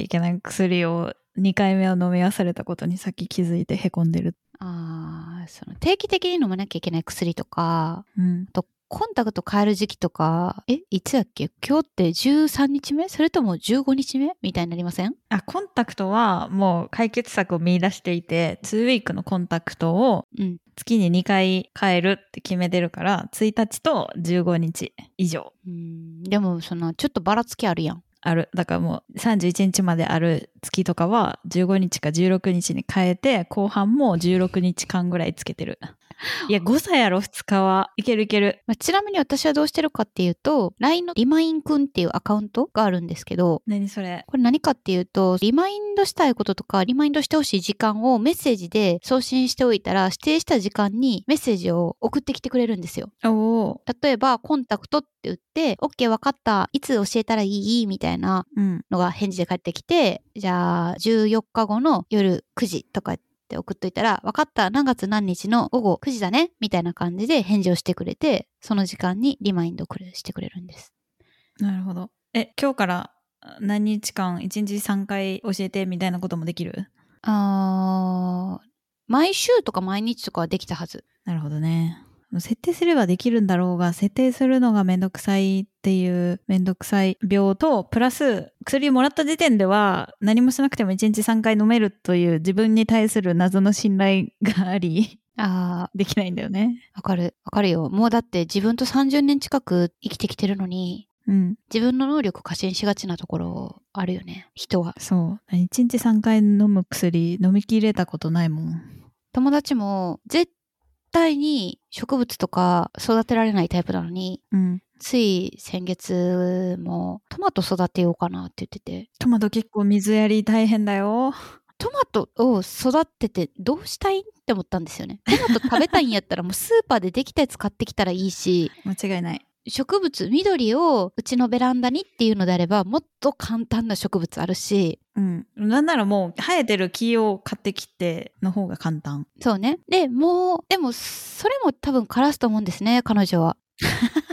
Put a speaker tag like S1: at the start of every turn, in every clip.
S1: いけない薬を2回目を飲み忘れたことにさっき気づいてへこんでる。
S2: あーその定期的に飲まなきゃいけない薬とか、
S1: うん。
S2: コンタクト変える時期とか、え、いつだっけ今日って13日目それとも15日目みたいになりません
S1: あ、コンタクトはもう解決策を見出していて、2ウィークのコンタクトを
S2: うん。
S1: 月に2回変えるって決めてるから、1日と15日以上
S2: うんでも、その、ちょっとばらつきあるやん。
S1: ある。だからもう31日まである月とかは15日か16日に変えて、後半も16日間ぐらいつけてる。いや、誤差やろ、2日は。いけるいける。
S2: まあちなみに私はどうしてるかっていうと、LINE のリマインくんっていうアカウントがあるんですけど、
S1: 何それ
S2: これ何かっていうと、リマインドしたいこととか、リマインドしてほしい時間をメッセージで送信しておいたら、指定した時間にメッセージを送ってきてくれるんですよ。
S1: おお。
S2: 例えば、コンタクトって言って、OK 分かった、いつ教えたらいいみたいな
S1: うん。
S2: のが返事で返ってきて、じゃあ、14日後の夜9時とかって送っといたら、分かった、何月何日の午後9時だねみたいな感じで返事をしてくれて、その時間にリマインドくれしてくれるんです。
S1: なるほど。え、今日からあ何日間、1日3回教えてみたいなこともできる
S2: あー、毎週とか毎日とかはできたはず。
S1: なるほどね。設定すればできるんだろうが、設定するのがめんどくさいっていうめんどくさい病と、プラス薬もらった時点では何もしなくても1日3回飲めるという自分に対する謎の信頼があり、
S2: あ
S1: できないんだよね。
S2: ー、わかる。わかるよ。もうだって自分と30年近く生きてきてるのに、
S1: うん、
S2: 自分の能力過信しがちなところあるよね。人は。
S1: そう。1日3回飲む薬、飲みきれたことないもん。
S2: 友達も絶対に植物とか育てられないタイプなのに、
S1: うん。
S2: つい先月もトマト育てようかなって言ってて、
S1: トマト結構水やり大変だよ。
S2: トマトを育ててどうしたいって思ったんですよね。トマト食べたいんやったらもうスーパーでできたやつ買ってきたらいいし、
S1: 間違いない。
S2: 植物、緑をうちのベランダにっていうのであればもっと簡単な植物あるし、
S1: うん。なんならもう生えてる木を買ってきての方が簡単。
S2: そうね。で、もう、でも、それも多分枯らすと思うんですね、彼女は。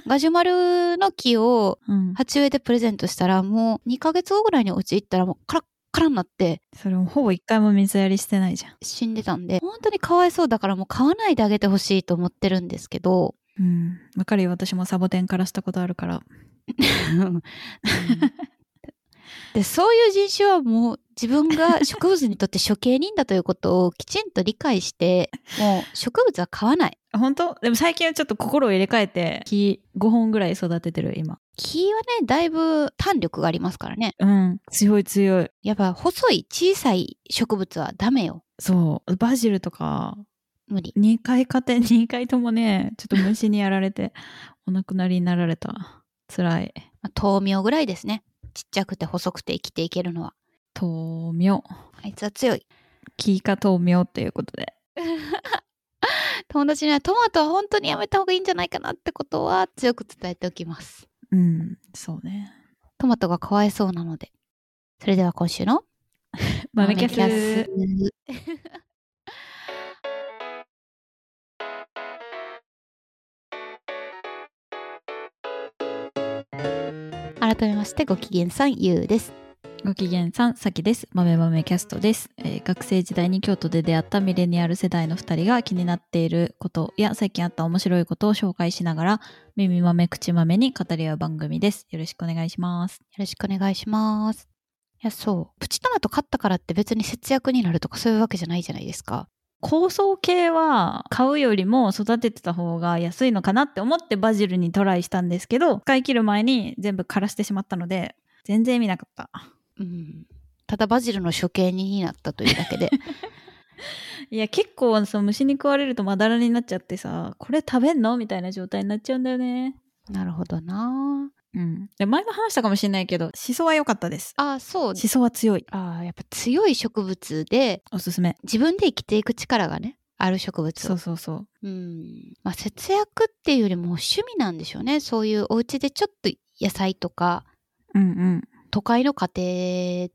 S2: ガジュマルの木を
S1: うん。
S2: 鉢植えでプレゼントしたらもう2ヶ月後ぐらいに陥ったらもうカラッカラになって
S1: それもほぼ一回も水やりしてないじゃん。
S2: 死んでたんで本当にかわいそうだからもう買わないであげてほしいと思ってるんですけど
S1: うん。わかるよ。私もサボテンからしたことあるから。
S2: でそういう人種はもう自分が 植物にとって処刑人だということをきちんと理解してもう植物は買わない
S1: 本当でも最近はちょっと心を入れ替えて木5本ぐらい育ててる今。
S2: 木はねだいぶ弾力がありますからね
S1: うん。強い強い。
S2: やっぱ細い小さい植物はダメよ
S1: そう。バジルとか
S2: 無理
S1: 2回買って2回 ともね、ちょっと虫にやられてお亡くなりになられた。辛い。
S2: まあ豆苗ぐらいですねちっちゃくて細くて生きていけるのは
S1: 豆苗。
S2: あいつは強い
S1: 木か豆苗っていうことで。
S2: 友達にはトマトは本当にやめた方がいいんじゃないかなってことは強く伝えておきます。
S1: うん。そうね。
S2: トマトがかわいそうなので。それでは今週の
S1: 豆キャス
S2: 豆 キャス改めましてご機嫌さんゆうです。
S1: ご機嫌さん、さきです。豆豆キャストです、えー学生時代に京都で出会ったミレニアル世代の2人が気になっていることや最近あった面白いことを紹介しながら耳豆口豆に語り合う番組です。よろしくお願いします。
S2: よろしくお願いします。いやそうプチトマト買ったからって別に節約になるとかそういうわけじゃないじゃないですか。
S1: 構想系は買うよりも育ててた方が安いのかなって思ってバジルにトライしたんですけど使い切る前に全部枯らしてしまったので全然意味なかった。
S2: うん、ただバジルの処刑人になったというだけで
S1: いや結構その虫に食われるとまだらになっちゃってさこれ食べんのみたいな状態になっちゃうんだよね。
S2: なるほどな
S1: うん、で前も話したかもしれないけどシソは良かったです
S2: あ。あそう。
S1: シソは強い
S2: ああやっぱ強い植物で
S1: おすすめ
S2: 自分で生きていく力がねある植物を
S1: そうそうそう
S2: うんまあ、節約っていうよりも趣味なんでしょうねそういうお家でちょっと野菜とか
S1: うんうん
S2: 都会の家庭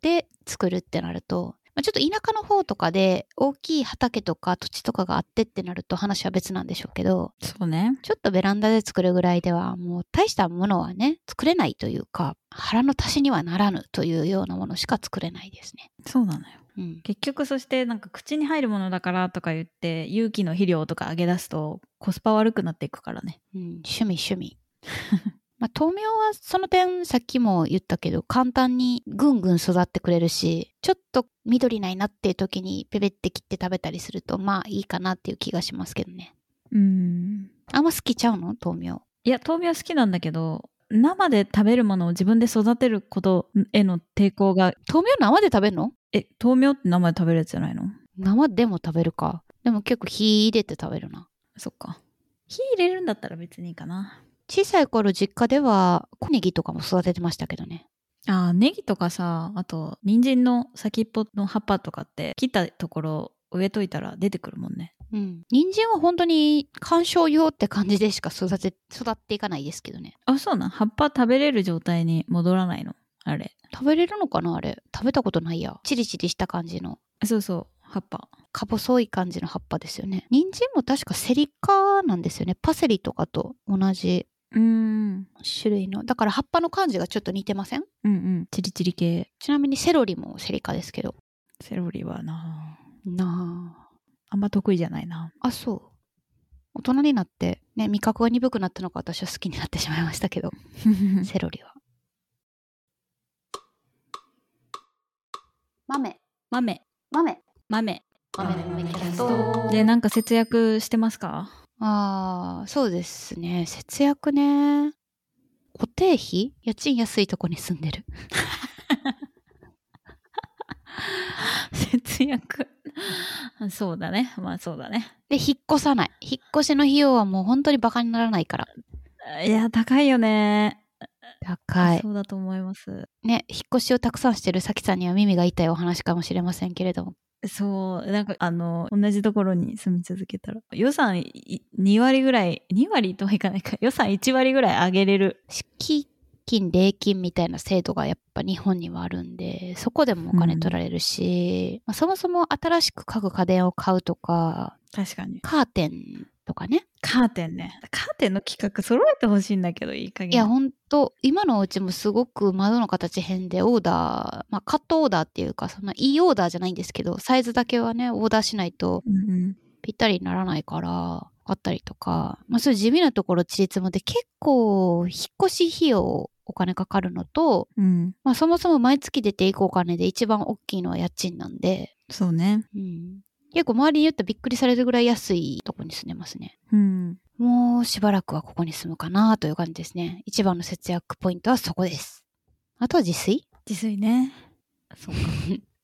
S2: で作るってなるとまあ、ちょっと田舎の方とかで大きい畑とか土地とかがあってってなると話は別なんでしょうけど、
S1: そうね。
S2: ちょっとベランダで作るぐらいではもう大したものはね、作れないというか、腹の足しにはならぬというようなものしか作れないですね。
S1: そうなのよ。
S2: うん。
S1: 結局そしてなんか口に入るものだからとか言って有機の肥料とかあげ出すとコスパ悪くなっていくからね。
S2: うん、趣味趣味。 まあ、豆苗はその点さっきも言ったけど簡単にぐんぐん育ってくれるしちょっと緑ないなっていう時にペペって切って食べたりするとまあいいかなっていう気がしますけどね
S1: うん。
S2: あんま好きちゃうの豆苗
S1: いや豆苗好きなんだけど生で食べるものを自分で育てることへの抵抗が
S2: 豆苗生で食べるの
S1: え豆苗って生で食べるやつじゃないの
S2: 生でも食べるかでも結構火入れて食べるな
S1: そっか。火入れるんだったら別にいいかな。
S2: 小さい頃実家では小ネギとかも育ててましたけどね
S1: あーネギとかさあと人参の先っぽの葉っぱとかって切ったところ植えといたら出てくるもんね。
S2: うん人参は本当に観賞用って感じでしか育て育っていかないですけどね
S1: あそうなん葉っぱ食べれる状態に戻らないのあれ
S2: 食べれるのかなあれ食べたことないやチリチリした感じの
S1: そうそう葉っぱ
S2: か細い感じの葉っぱですよね人参も確かセリ科なんですよねパセリとかと同じ
S1: うーん
S2: 種類のだから葉っぱの感じがちょっと似てません
S1: うんうんチリチリ系
S2: ちなみにセロリもセリ科ですけど
S1: セロリはなあ
S2: な
S1: あんま得意じゃないな
S2: ああそう大人になってね味覚が鈍くなったのか私は好きになってしまいましたけどセロリは豆
S1: 豆
S2: 豆
S1: 豆
S2: 豆のキャスト
S1: でなんか節約してますか
S2: ああ、そうですね。節約ね。固定費家賃安いとこに住んでる。
S1: 節約 そうだねまあそうだね
S2: で、引っ越さない。引っ越しの費用はもう本当にバカにならないから。
S1: いや高いよね
S2: 高い。
S1: そうだと思います
S2: ね、引っ越しをたくさんしてるさきさんには耳が痛いお話かもしれませんけれども。
S1: そうなんかあの同じところに住み続けたら予算2割ぐらい2割とはいかないか予算1割ぐらい上げれる
S2: 敷金、礼金みたいな制度がやっぱ日本にはあるんで、そこでもお金取られるし、まあ、そもそも新しく家具家電を買うとか、
S1: 確かに
S2: カーテンとかね、
S1: カーテンね。カーテンの企画揃えてほしいんだけど、いい加減。
S2: いや、ほんと、今のお家もすごく窓の形変で、オーダー、まあ、カットオーダーっていうか、そんないいオーダーじゃないんですけど、サイズだけはね、オーダーしないと
S1: うんうん。
S2: ぴったりにならないから、買ったりとか、まあ、そういう地味なところ、ちりつもで、結構、引っ越し費用、お金かかるのと、
S1: うん。
S2: まあ、そもそも毎月出ていくお金で一番大きいのは家賃なんで、
S1: そうね。
S2: うん。結構周りに言ったらびっくりされるぐらい安いとこに住んでますね。
S1: うん。
S2: もうしばらくはここに住むかなという感じですね。一番の節約ポイントはそこです。あとは自炊
S1: 自炊ね。そうか。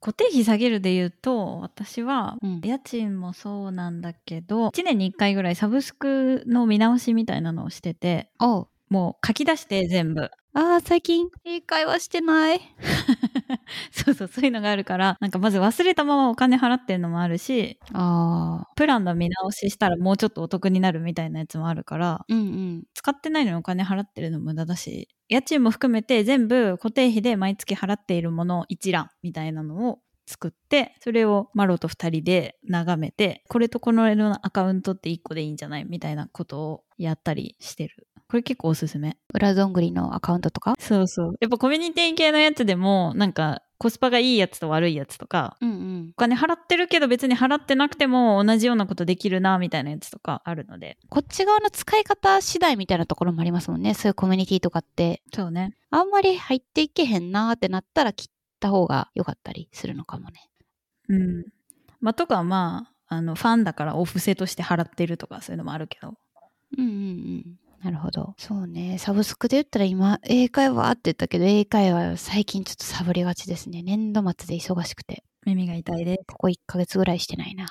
S1: 固定費下げるで言うと、私は、
S2: うん
S1: 家賃もそうなんだけど、1年に1回ぐらいサブスクの見直しみたいなのをしてて、
S2: おう
S1: もう書き出して全部。
S2: ああ、最近、英会話してない。
S1: そうそう、そういうのがあるから、なんかまず忘れたままお金払ってるのもあるし、
S2: ああ、
S1: プランの見直ししたらもうちょっとお得になるみたいなやつもあるから、
S2: うんうん。
S1: 使ってないのにお金払ってるの無駄だし家賃も含めて全部固定費で毎月払っているもの一覧みたいなのを作ってそれをマロと2人で眺めてこれとこの絵のアカウントって1個でいいんじゃないみたいなことをやったりしてるこれ結構おすすめ
S2: 裏どんぐりのアカウントとか
S1: そうそうやっぱコミュニティ系のやつでもなんかコスパがいいやつと悪いやつとか
S2: うんうん
S1: お。金払ってるけど別に払ってなくても同じようなことできるなみたいなやつとかあるので
S2: こっち側の使い方次第みたいなところもありますもんね。そういうコミュニティとかって。
S1: そうね
S2: あんまり入っていけへんなーってなったら切った方が良かったりするのかもね。
S1: うん。まあ、とかまあ、あの、ファンだからお布施として払ってるとかそういうのもあるけど。
S2: うんうんうん。なるほど。そうね。サブスクで言ったら今、英会話って言ったけど、英会話最近ちょっとサボりがちですね。年度末で忙しくて。
S1: 耳が痛いで。
S2: ここ1ヶ月ぐらいして ないな。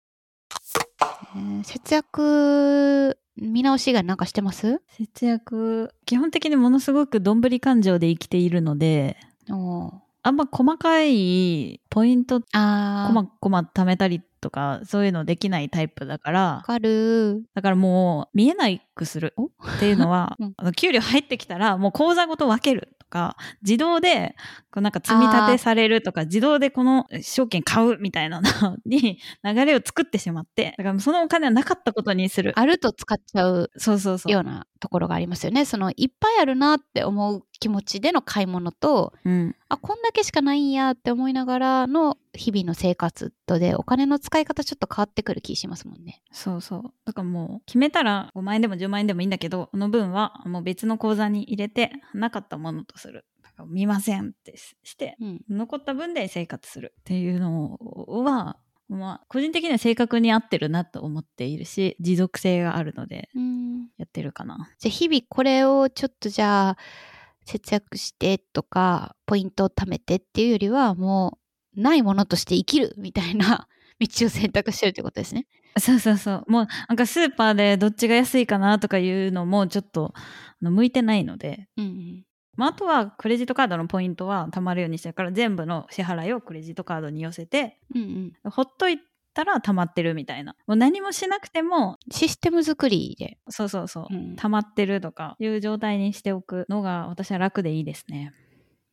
S2: えー節約見直し以外なんかしてます
S1: 節約、基本的にものすごくどんぶり感情で生きているので、
S2: おー
S1: あんま細かいポイント、
S2: あー。
S1: こまこま貯めたりとか、そういうのできないタイプだから
S2: わ、かる
S1: だからもう見えないくする
S2: お、
S1: っていうのは
S2: うん
S1: あの給料入ってきたらもう口座ごと分けるとか、自動で、こうなんか積み立てされるとか、自動でこの証券買うみたいなのに流れを作ってしまって、だからそのお金はなかったことにする。
S2: あると使っちゃう
S1: そうそうそう。
S2: ようなところがありますよね。そのいっぱいあるなって思う気持ちでの買い物と、
S1: うん。
S2: あ、こんだけしかないんやって思いながらの日々の生活とでお金の使い方ちょっと変わってくる気しますもんね。
S1: そうそう。だからもう、決めたら5万円でも10万円でもいいんだけど、この分はもう別の口座に入れて、なかったものとする。だから見ませんってしして、
S2: うん。
S1: 残った分で生活するっていうのは、まあ、個人的には正確に合ってるなと思っているし、持続性があるので、
S2: うん、
S1: やってるかな。
S2: じゃあ日々これをちょっとじゃあ節約してとかポイントを貯めてっていうよりはもうないものとして生きるみたいな 道を選択してるってことですね。
S1: そうそうそう。もう、なんかスーパーでどっちが安いかなとかいうのも、ちょっと、あの向いてないので、
S2: うん
S1: まあ、あとはクレジットカードのポイントは貯まるようにしてるから全部の支払いをクレジットカードに寄せて
S2: うん。うんうん。
S1: ほっといたら溜まってるみたいな。もう何もしなくても、
S2: システム作りで。
S1: そうそうそう
S2: う。ん
S1: 溜まってるとかいう状態にしておくのが私は楽でいいですね。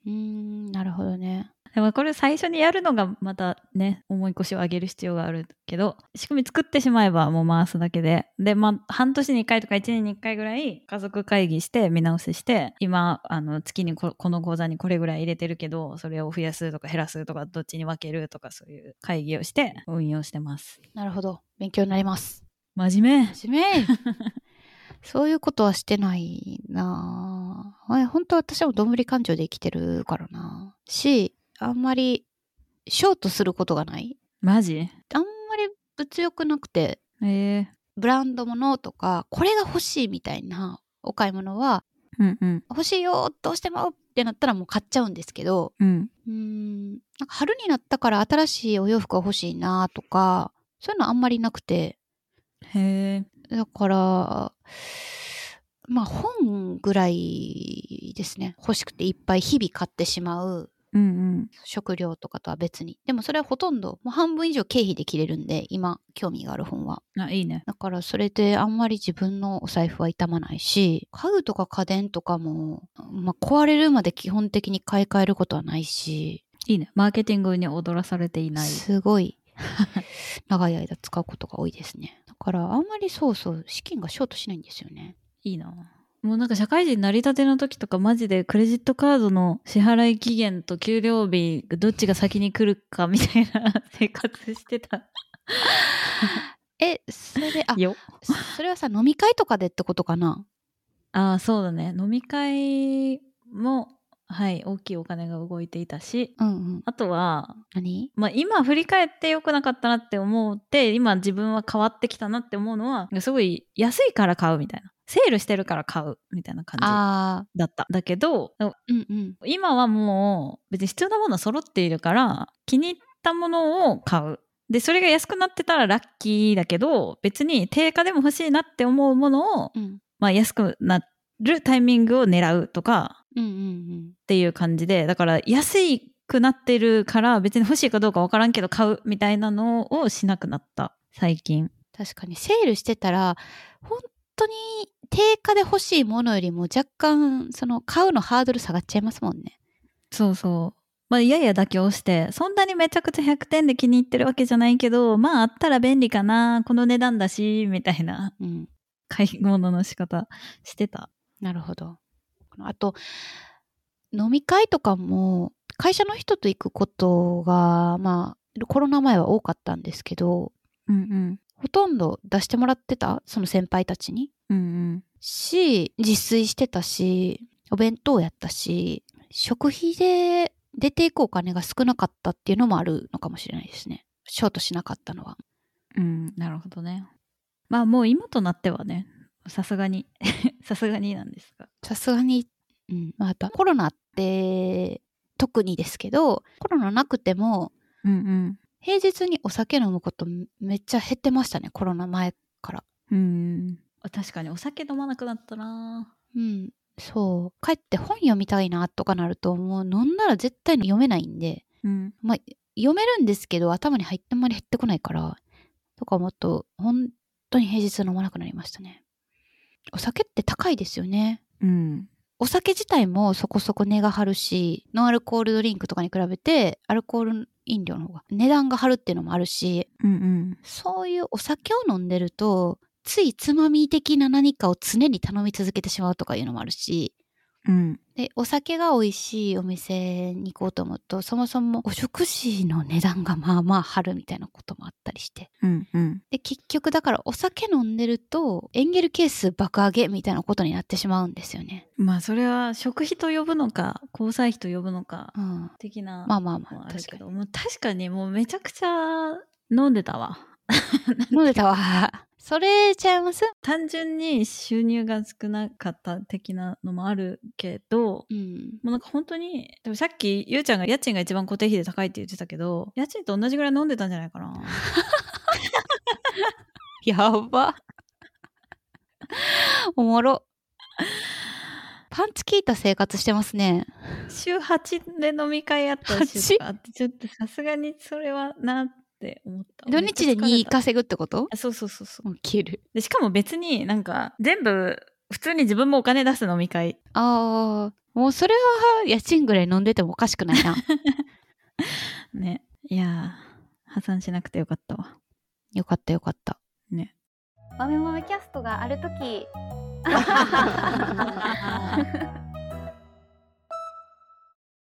S2: うん、なるほどね。
S1: でもこれ最初にやるのがまたね、重い腰を上げる必要があるけど、仕組み作ってしまえばもう回すだけで。で、まあ半年に1回とか1年に1回ぐらい家族会議して見直しして、今、あの月にここの口座にこれぐらい入れてるけど、それを増やすとか減らすとかどっちに分けるとかそういう会議をして運用してます。
S2: なるほど。勉強になります。
S1: 真面目
S2: 真面目 そういうことはしてないなぁ。あれ本当私はどんぶり感情で生きてるからなし、あんまりショートすることがない。
S1: マジ
S2: あんまり物欲なくて、
S1: ええ
S2: ブランド物とか、これが欲しいみたいなお買い物は、
S1: うんうん
S2: 欲しいよどうしてもってなったらもう買っちゃうんですけど、
S1: うん
S2: うーん、なんか春になったから新しいお洋服が欲しいなとか、そういうのあんまりなくて、
S1: へえ
S2: だから、まあ本ぐらいですね。欲しくていっぱい日々買ってしまう
S1: うん
S2: 食料とかとは別に。でもそれはほとんど、もう半分以上経費で切れるんで、今興味がある本は。
S1: うんあいいね
S2: だからそれであんまり自分のお財布は痛まないし、家具とか家電とかも、まあ壊れるまで基本的に買い替えることはないし、
S1: いいねマーケティングに踊らされていない
S2: すごい 長い間使うことが多いですね。だからあんまりそうそう、資金がショートしないんですよね。
S1: いいなもうなんか社会人なりたての時とかマジでクレジットカードの支払い期限と給料日どっちが先に来るかみたいな生活してた
S2: え、それで、あ、
S1: よ
S2: そ れはさ、飲み会とかでってことかな
S1: ああそうだね飲み会もはい大きいお金が動いていたし
S2: うんうん。
S1: あとは
S2: 何
S1: まあ、今振り返って良くなかったなって思って今自分は変わってきたなって思うのはすごい安いから買うみたいなセールしてるから買うみたいな感じ
S2: ああ、
S1: だっただけど
S2: うんうん。
S1: 今はもう別に必要なものは揃っているから気に入ったものを買うでそれが安くなってたらラッキーだけど別に定価でも欲しいなって思うものを、
S2: うん
S1: まあ、安くなるタイミングを狙うとか
S2: うんうん
S1: っていう感じでだから安くなってるから別に欲しいかどうか分からんけど買うみたいなのをしなくなった最近
S2: 確かに、セールしてたら、本当に定価で欲しいものよりも若干、その、買うのハードル下がっちゃいますもんね。
S1: そうそうまあやや妥協してそんなにめちゃくちゃ100点で気に入ってるわけじゃないけどまああったら便利かなこの値段だしみたいな
S2: うん。
S1: 買い物の仕方してた
S2: なるほど。あと、飲み会とかも、会社の人と行くことが、まあ、コロナ前は多かったんですけど、
S1: うん
S2: ほとんど出してもらってたその先輩たちに。
S1: うんうん
S2: し自炊してたしお弁当やったし食費で出ていくお金が少なかったっていうのもあるのかもしれないですねショートしなかったのは
S1: うんうんなるほどねまあもう今となってはねさすがに さすがになんですが
S2: さすがに、うん、またコロナって特にですけどコロナなくても
S1: うんうん
S2: 平日にお酒飲むことめっちゃ減ってましたねコロナ前から
S1: うん確かにお酒飲まなくなったな
S2: うんそう帰って本読みたいなとかなるともう飲んだら絶対に読めないんで
S1: うん
S2: 読めるんですけど頭に入ってあんまり減ってこないからとか思うと本当に平日飲まなくなりましたねお酒って高いですよね
S1: うん
S2: お酒自体もそこそこ値が張るし、ノンアルコールドリンクとかに比べて、アルコール飲料の方が値段が張るっていうのもあるし、
S1: うんうん。
S2: そういうお酒を飲んでると、ついつまみ的な何かを常に頼み続けてしまうとかいうのもあるし、
S1: うん。
S2: で、お酒が美味しいお店に行こうと思うと、そもそもお食事の値段がまあまあ張るみたいなこともあったりして。
S1: うんうん。
S2: で、結局だからお酒飲んでると、エンゲル係数爆上げみたいなことになってしまうんですよね。
S1: まあそれは食費と呼ぶのか、交際費と呼ぶのか
S2: う、ん。
S1: 的な。
S2: まあまあま
S1: も
S2: あ、
S1: あるけ
S2: 確かに。
S1: ど、もう確かにもうめちゃくちゃ飲んでたわ。
S2: 飲んでたわ。 それちゃいます
S1: 単純に収入が少なかった的なのもあるけど、
S2: うん。
S1: もうなんか本当に、でもさっきゆうちゃんが家賃が一番固定費で高いって言ってたけど、家賃と同じぐらい飲んでたんじゃない かな。
S2: やば。 おもろ。パンチ効いた生活してますね。
S1: 週8で飲み会あった週とかあって、ちょっとさすがにそれはなって思った。
S2: 土日で
S1: 二
S2: 2稼ぐってこと
S1: あそうそうそうそう。
S2: 起きる。
S1: でしかも別になんか全部普通に自分もお金出す飲み会。
S2: ああ、もうそれは家賃ぐらい飲んでてもおかしくないな。
S1: ね。いやー、破産しなくてよかったわ。
S2: よかったよかった。
S1: ね。
S2: 豆豆キャストがあるとき。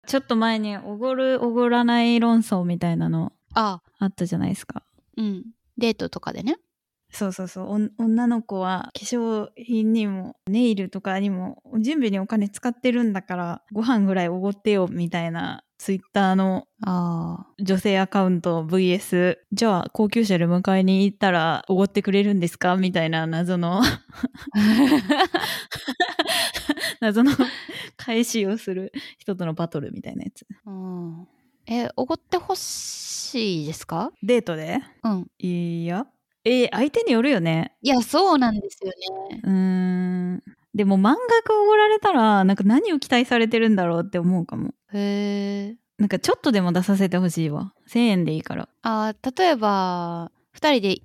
S1: ちょっと前におごるおごらない論争みたいなの
S2: あ
S1: あったじゃないですか。
S2: うん。デートとかでね。
S1: そうそうそうおん女の子は化粧品にもネイルとかにも準備にお金使ってるんだからご飯ぐらいおごってよみたいなツイッターの
S2: あ
S1: 女性アカウント VS じゃあ高級車で迎えに行ったらおごってくれるんですかみたいな謎の
S2: あ。
S1: 謎の返しをする人とのバトルみたいなやつ
S2: うん。え、おごってほしいですか
S1: デートで
S2: うん。
S1: いやえー相手によるよね
S2: いや、そうなんですよね。
S1: うーんでも満額おごられたらなんか何を期待されてるんだろうって思うかも
S2: へえ。
S1: なんかちょっとでも出させてほしいわ1000円でいいから
S2: あー例えば、二人で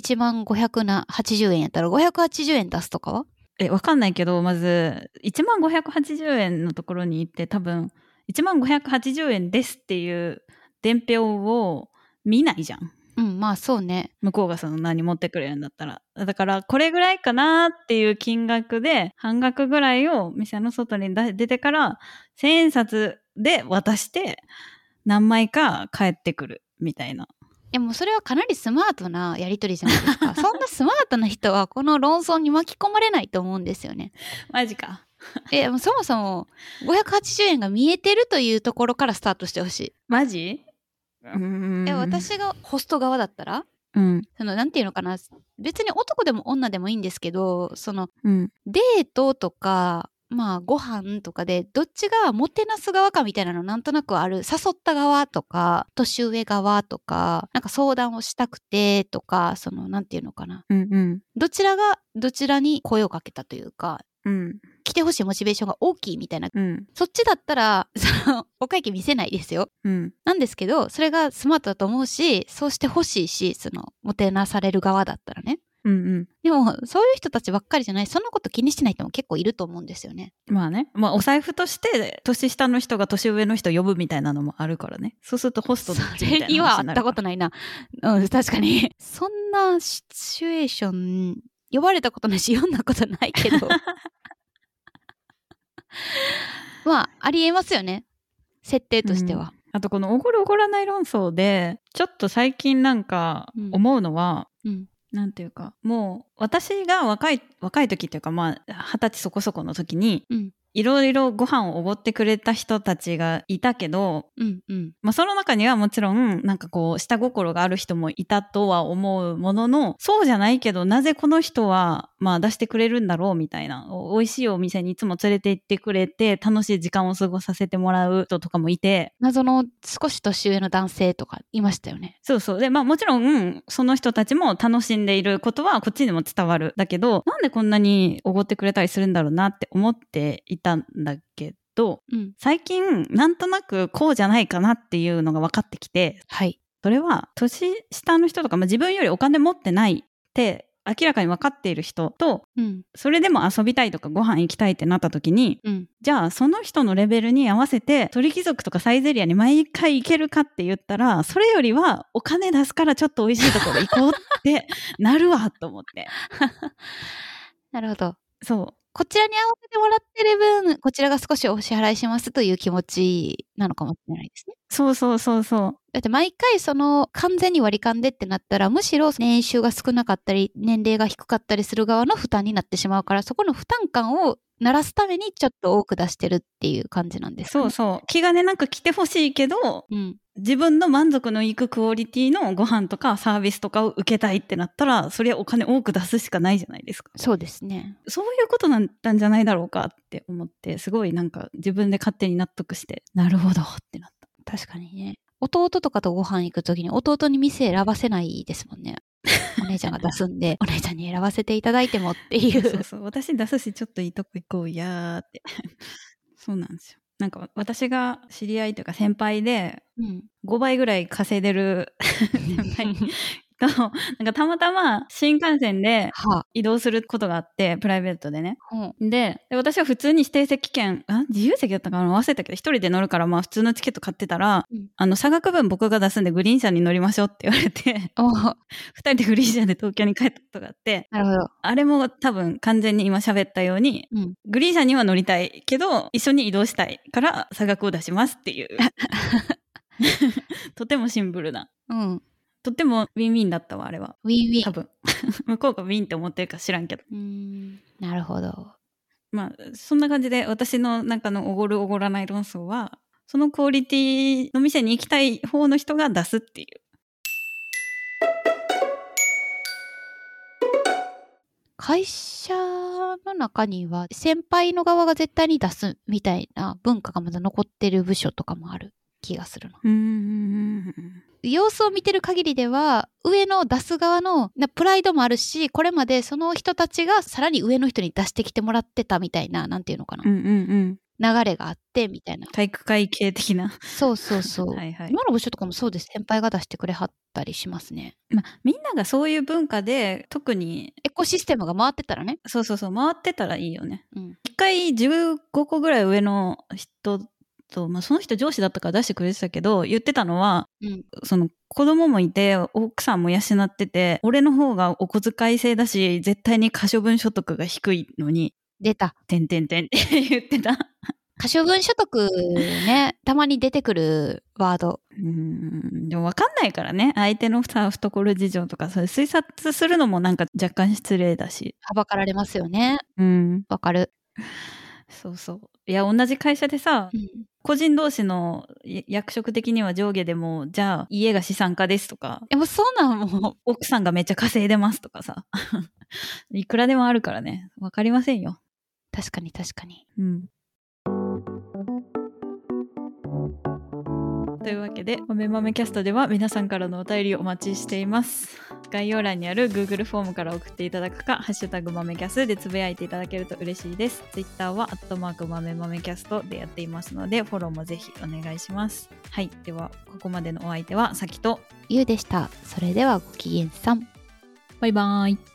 S2: 1万580な80円やったら580円出すとかは
S1: えわかんないけどまず1万580円のところに行って多分1万580円ですっていう伝票を見ないじゃん
S2: うん、まあそうね。
S1: 向こうがその何持ってくれるんだったらだからこれぐらいかなっていう金額で半額ぐらいを店の外に出出てから千円札で渡して何枚か帰ってくるみたいな
S2: でもそれはかなりスマートなやりとりじゃないで すか。そんなスマートな人はこの論争に巻き込まれないと思うんです よね。
S1: マジか
S2: え、もうそもそも580円が見えてるというところからスタートしてほし
S1: マジうー
S2: い。
S1: ん
S2: え、私がホスト側だったら
S1: うん
S2: その、なんていうのかな。別に男でも女でもいいんですけど、その、
S1: うん
S2: デートとか、まあ、ご飯とかで、どっちがもてなす側かみたいなのなんとなくある。誘った側とか、年上側とか、なんか相談をしたくてとか、その、なんていうのかな。
S1: うんうん
S2: どちらが、どちらに声をかけたというか、
S1: うん
S2: 来てほしいモチベーションが大きいみたいな。
S1: うん
S2: そっちだったら、 その、お会計見せないですよ。
S1: うん
S2: なんですけど、それがスマートだと思うし、そうしてほしいし、その、もてなされる側だったらね。
S1: うん
S2: でも、そういう人たちばっかりじゃない、そんなこと気にしてない人も結構いると思うんですよね。
S1: まあね、まあ、お財布として年下の人が年上の人呼ぶみたいなのもあるからねそうするとホスト
S2: そ
S1: どっちみたい
S2: れ
S1: な
S2: には
S1: 話
S2: 会
S1: になる
S2: った
S1: か
S2: ことないな。うん、確かに。そんなシチュエーション、呼ばれたことないし、読んだことないけ ど。まあ、ありえますよね。設定としては。
S1: あとこのおごるおごらない論争でちょっと最近なんか
S2: うん
S1: 思うのは、
S2: うん。
S1: なんていうかもう私が若い若い時っていうかまあ二十歳そこそこの時に
S2: うん。
S1: いろいろご飯をおごってくれた人たちがいたけど、
S2: うん。うん。
S1: まあ、その中にはもちろんなんかこう下心がある人もいたとは思うもののそうじゃないけどなぜこの人はまあ出してくれるんだろうみたいなお美味しいお店にいつも連れて行ってくれて楽しい時間を過ごさせてもらう人とかもいて
S2: 謎の少し年上の男性とかいましたよね。
S1: そうそう。で、まあもちろん、うんその人たちも楽しんでいることはこっちにも伝わる。だけど、なんでこんなにおごってくれたりするんだろうなって思っていたんだけど、
S2: うん。
S1: 最近、なんとなくこうじゃないかなっていうのが分かってきて、
S2: はい。
S1: それは、年下の人とか、まあ自分よりお金持ってないって明らかに分かっている人と、
S2: うん。
S1: それでも遊びたいとかご飯行きたいってなった時に、
S2: うん。
S1: じゃあその人のレベルに合わせて鳥貴族とかサイゼリアに毎回行けるかって言ったらそれよりはお金出すからちょっと美味しいところ行こうって なるわと思って
S2: なるほど。
S1: そ
S2: こちらに合わせてもらってる分、こちらが少しお支払いしますという気持ちなのかもしれないですね。
S1: うそうそうそうそう
S2: だって毎回その完全に割り勘でってなったら、むしろ年収が少なかったり、年齢が低かったりする側の負担になってしまうから、そこの負担感を鳴らすためにちょっと多く出してるっていう感じなんですか
S1: そう
S2: ね。
S1: そう気兼ねなく来てほしいけど
S2: う。うん。
S1: 自分の満足のいくクオリティのご飯とかサービスとかを受けたいってなったらそれお金多く出すしかないじゃないですか
S2: そうですね。
S1: そういうことだったんじゃないだろうかって思ってすごいなんか自分で勝手に納得してなるほどってなった
S2: 確かにね。弟とかとご飯行くときに弟に店選ばせないですもんね。 お姉ちゃんが出すんで、お 姉ちゃんに選ばせていただいてもってい
S1: そうう。そう私出すしちょっといいとこ行こうやーって そうなんですよなんか私が知り合いというか先輩で
S2: うん。
S1: 5倍ぐらい稼いでる 先輩となんかたまたま新幹線で
S2: は
S1: 移動することがあってプライベートでね
S2: あ。うん。
S1: でで私は普通に指定席券あ自由席だったかな忘れたけど一人で乗るからまあ普通のチケット買ってたら、
S2: うん
S1: あの差額分僕が出すんでグリーン車に乗りましょうって言われて
S2: お
S1: 二人でグリーン車で東京に帰ったことがあって
S2: なるほど。
S1: あれも多分完全に今喋ったように
S2: うん。
S1: グリーン車には乗りたいけど一緒に移動したいから差額を出します っていうとてもシンプルな
S2: うん。
S1: とてもウィンウィンだったわあれは
S2: ウィンウィ
S1: 多
S2: ン。
S1: 分 向こうがウィンって思ってるか知らんけど
S2: うーん。なるほど。
S1: まあそんな感じで私の中のおごるおごらない論争はそのクオリティの店に行きたい方の人が出すっていう
S2: 会社の中には、先輩の側が絶対に出すみたいな文化がまだ残ってる部署とかもある気がするな。
S1: うん
S2: 様子を見てる限りでは、上の出す側のなプライドもあるし、これまでその人たちがさらに上の人に出してきてもらってたみたいな、なんていうのかな
S1: うんう。ん
S2: 流れがあってみたいな。
S1: 体育会系的な
S2: そうそうそう。
S1: はいはい
S2: 今の部署とかもそうです。先輩が出してくれはったりしますね。
S1: まあみんながそういう文化で特に
S2: エコシステムが回ってたらね。
S1: そうそうそう回ってたらいいよね
S2: うん。
S1: 一回15個ぐらい上の人と、まあ、その人上司だったから出してくれてたけど言ってたのは
S2: うん。
S1: その子供もいて奥さんも養ってて俺の方がお小遣い制だし絶対に可処分所得が低いのに
S2: 出た。
S1: 「てんてんてん」って言ってた。
S2: 可処分所得ね、たまに出てくるワード。
S1: うーんでも分かんないからね相手のさ懐事情とかそれ推察するのもなんか若干失礼だし
S2: はばかられますよね。
S1: うん
S2: わかる。
S1: そうそういや同じ会社でさ
S2: うん。
S1: 個人同士のや役職的には上下でもじゃあ家が資産家ですとか
S2: でもそうなんも
S1: 奥さんがめっちゃ稼いでますとかさ いくらでもあるからね分かりませんよ。
S2: う。確かに確かに。
S1: うんというわけで「豆豆キャスト」では皆さんからのお便りをお待ちしています概要欄にある Google フォームから送っていただくか「ハッシュタグ豆キャス」でつぶやいていただけると嬉しいです Twitter は「アットマーク豆豆キャスト」でやっていますのでフォローもぜひお願いしますはいではここまでのお相手はさきと
S2: ゆうでした。それではごきげんさん。
S1: バイバーイ